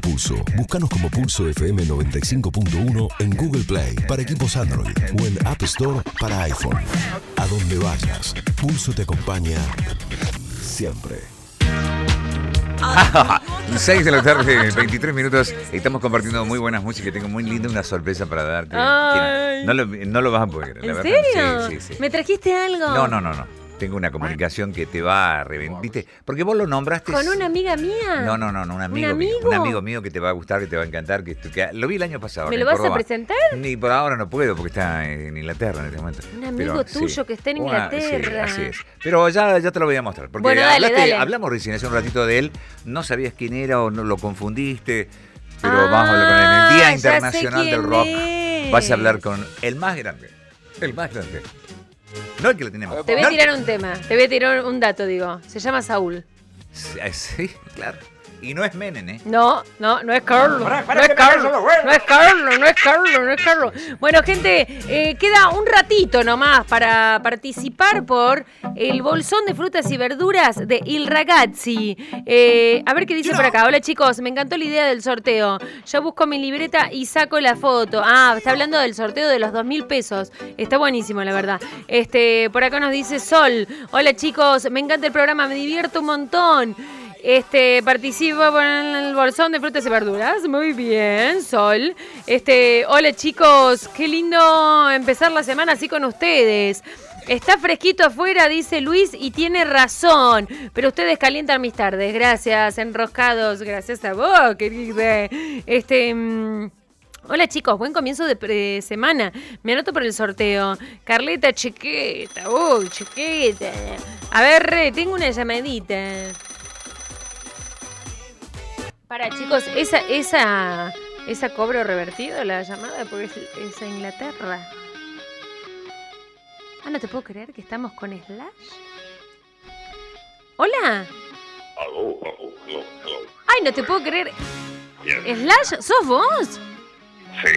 Pulso. Búscanos como Pulso FM 95.1 en Google Play para equipos Android o en App Store para iPhone. A donde vayas, Pulso te acompaña siempre. 6 de la tarde, 23 minutos. Estamos compartiendo muy buenas músicas. Tengo muy linda una sorpresa para darte. Ay. No lo, no lo vas a poder. la ¿En verdad. serio? Sí, sí, sí. ¿Me trajiste algo? No, no, no, no. Tengo una comunicación que te va a reventar. ¿Viste? Porque vos lo nombraste. ¿Con una amiga mía? No, no, no, no, un amigo, mío. amigo? Un amigo mío que te va a gustar, que te va a encantar. Que, que- lo vi el año pasado. ¿Me en lo vas a Córdoba. presentar? Ni por ahora no puedo porque está en Inglaterra en este momento. Un amigo tuyo que está en Una- sí, Inglaterra. así es. Pero ya, ya te lo voy a mostrar. Porque Bueno, dale, hablaste- dale. hablamos recién hace un ratito de él. No sabías quién era o no lo confundiste. Pero Ah, vamos a hablar con él. En el Día ya Internacional sé del quién Rock es. vas a hablar con el más grande. El más grande. No el que lo tenemos. Te voy No a el- tirar un tema, te voy a tirar un dato, digo. Se llama Saúl. Sí, claro. Y no es Menem, ¿eh? No, no, no es Carlos. Pará, No pará, es que me Carlos, calzo los huevos. no es Carlos, no es Carlos, no es Carlos. Bueno, gente, eh, queda un ratito nomás para participar por el bolsón de frutas y verduras de Il Ragazzi. Eh, a ver qué dice por acá. Hola chicos, me encantó la idea del sorteo. Yo busco mi libreta y saco la foto. Ah, está hablando del sorteo de los dos mil pesos. Está buenísimo, la verdad. Este, por acá nos dice Sol. Hola chicos, me encanta el programa, me divierto un montón. Este, participo en el bolsón de frutas y verduras. Muy bien, Sol. Este, hola chicos, qué lindo empezar la semana así con ustedes. Está fresquito afuera, dice Luis, y tiene razón. Pero ustedes calientan mis tardes. Gracias, enroscados. Gracias a vos, querida. Este. mm, Hola chicos, buen comienzo de pre- semana. Me anoto por el sorteo. Carleta Chiqueta, uy, chiqueta. A ver, eh, tengo una llamadita. Para chicos, esa, esa, esa cobro revertido la llamada porque es, es a Inglaterra. Ah, no te puedo creer que estamos con Slash. Hola. Hello, hello, hello, hello. Ay, no te puedo creer. Yes. Slash, ¿sos vos? Sí.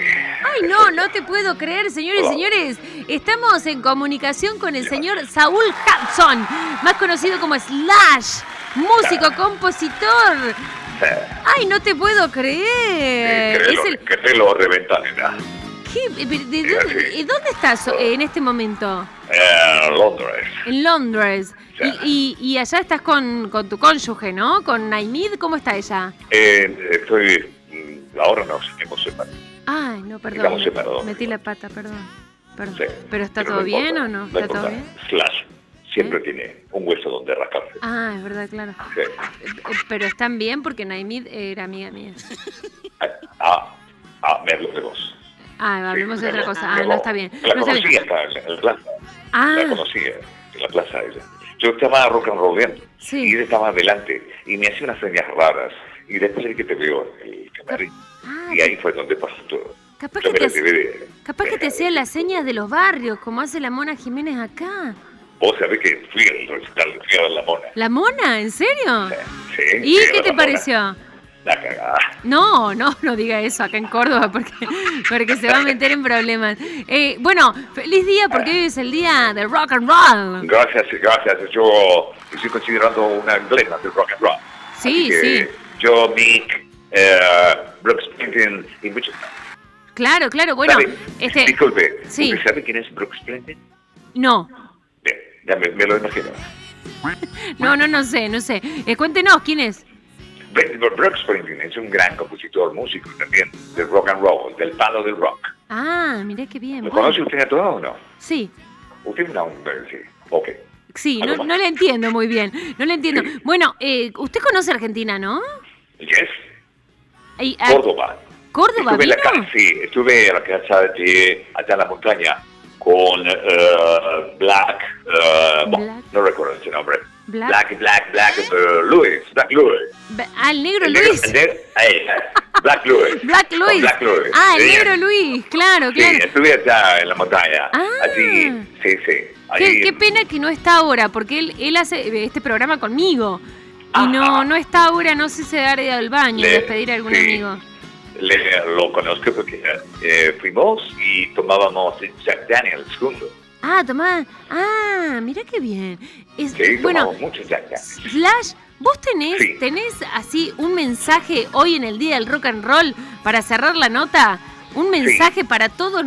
Ay, no, no te puedo creer, señores y señores. Estamos en comunicación con el señor Saúl Hudson, más conocido como Slash, músico, compositor. Ay, no te puedo creer. Eh, Es créelo, el- Que te lo reventan, nena. ¿qué? ¿De- de- de- de- dónde estás eh, en este momento? Eh, Londres. En Londres. Ya. Y, y- y allá estás con, con tu cónyuge, ¿no? Con Naimid, ¿cómo está ella? Eh, estoy. mm, Ahora nos hemos separado. Ay, no, perdón. Estamos separados. Metí la pata, perdón. perdón. Sí. ¿Pero está Pero todo no bien importa, o no? No ¿Está todo importa. bien? ¿Eh? Slash siempre tiene un hueso donde rascarse. Ah, es verdad, claro. Sí. Eh, Pero están bien porque Naimid era amiga mía. Ah, ah, me hablo de vos. Ah, hablemos Sí, de otra me- cosa. me Ah, no habló. está bien. La No está bien. conocí acá en la- en la plaza. La Ah, conocía en la plaza ella. Yo estaba rock and rolleando. Sí. Y ella estaba adelante. Y me hacía unas señas raras. Y después le dije que te veo en el camarín. ah, Y ahí fue donde pasó todo. Capaz Yo que me te la llevé de- capaz que te hacía las señas de los barrios, como hace la Mona Jiménez acá. Vos sabés que fui al recital, fui a ver la mona. ¿La Mona? ¿En serio? Sí, ¿Y fui a ver qué la te Mona. pareció? La cagada. No, no, no diga eso acá en Córdoba porque, porque se va a meter en problemas. Eh, bueno, feliz día porque hoy es el día del rock and roll. Gracias, gracias. Yo estoy considerando una emblema del rock and roll. Sí, Así que sí. Yo, Mick, eh, Brooks Springsteen y muchos. Claro, claro. Bueno, ¿Sabe? este, Disculpe, sí. ¿usted sabe quién es Brooks Springsteen? no, Bien, ya me, me lo imagino. no, no, no sé, no sé. Eh, cuéntenos quién es. Br- Br- Brooks Springsteen es un gran compositor, músico también, del rock and roll, del palo del rock. Ah, mirá qué bien. ¿Lo bueno. conoce usted a todos o no? Sí, Usted no, eh, sí. Ok. sí, no, ¿Algo más? no le entiendo muy bien. No le entiendo. Sí. Bueno, eh, usted conoce Argentina, ¿no? Yes, Ay, a- Córdoba. ¿Córdoba Estuve en, la vino? casa, sí, estuve en la casa de allá en la montaña con eh, Black, eh, bueno, Black. no recuerdo ese nombre. Black. Black, Black, Black, eh, Lewis, Black Lewis. Ba- Ah, el negro El negro- Luis. el negro- eh, Black Lewis. Black Con Luis. Black Lewis. Ah, el sí. negro Luis, claro, Sí, claro. estuve allá en la montaña. Ah. Así, sí, sí. Qué, Ahí- qué pena que no está ahora, porque él, él hace este programa conmigo. Y Ah. no, no está ahora, no sé si se ha ido al baño, Le- despedir a algún sí. amigo. le- lo conozco porque eh, fuimos y tomábamos Jack Daniels juntos. Ah, tomá. Ah, mira qué bien. Es, Sí, bueno, tomamos mucho Jack Daniels. Slash ¿Vos tenés, Sí. tenés así un mensaje hoy en el Día del Rock and Roll para cerrar la nota? Un mensaje para todos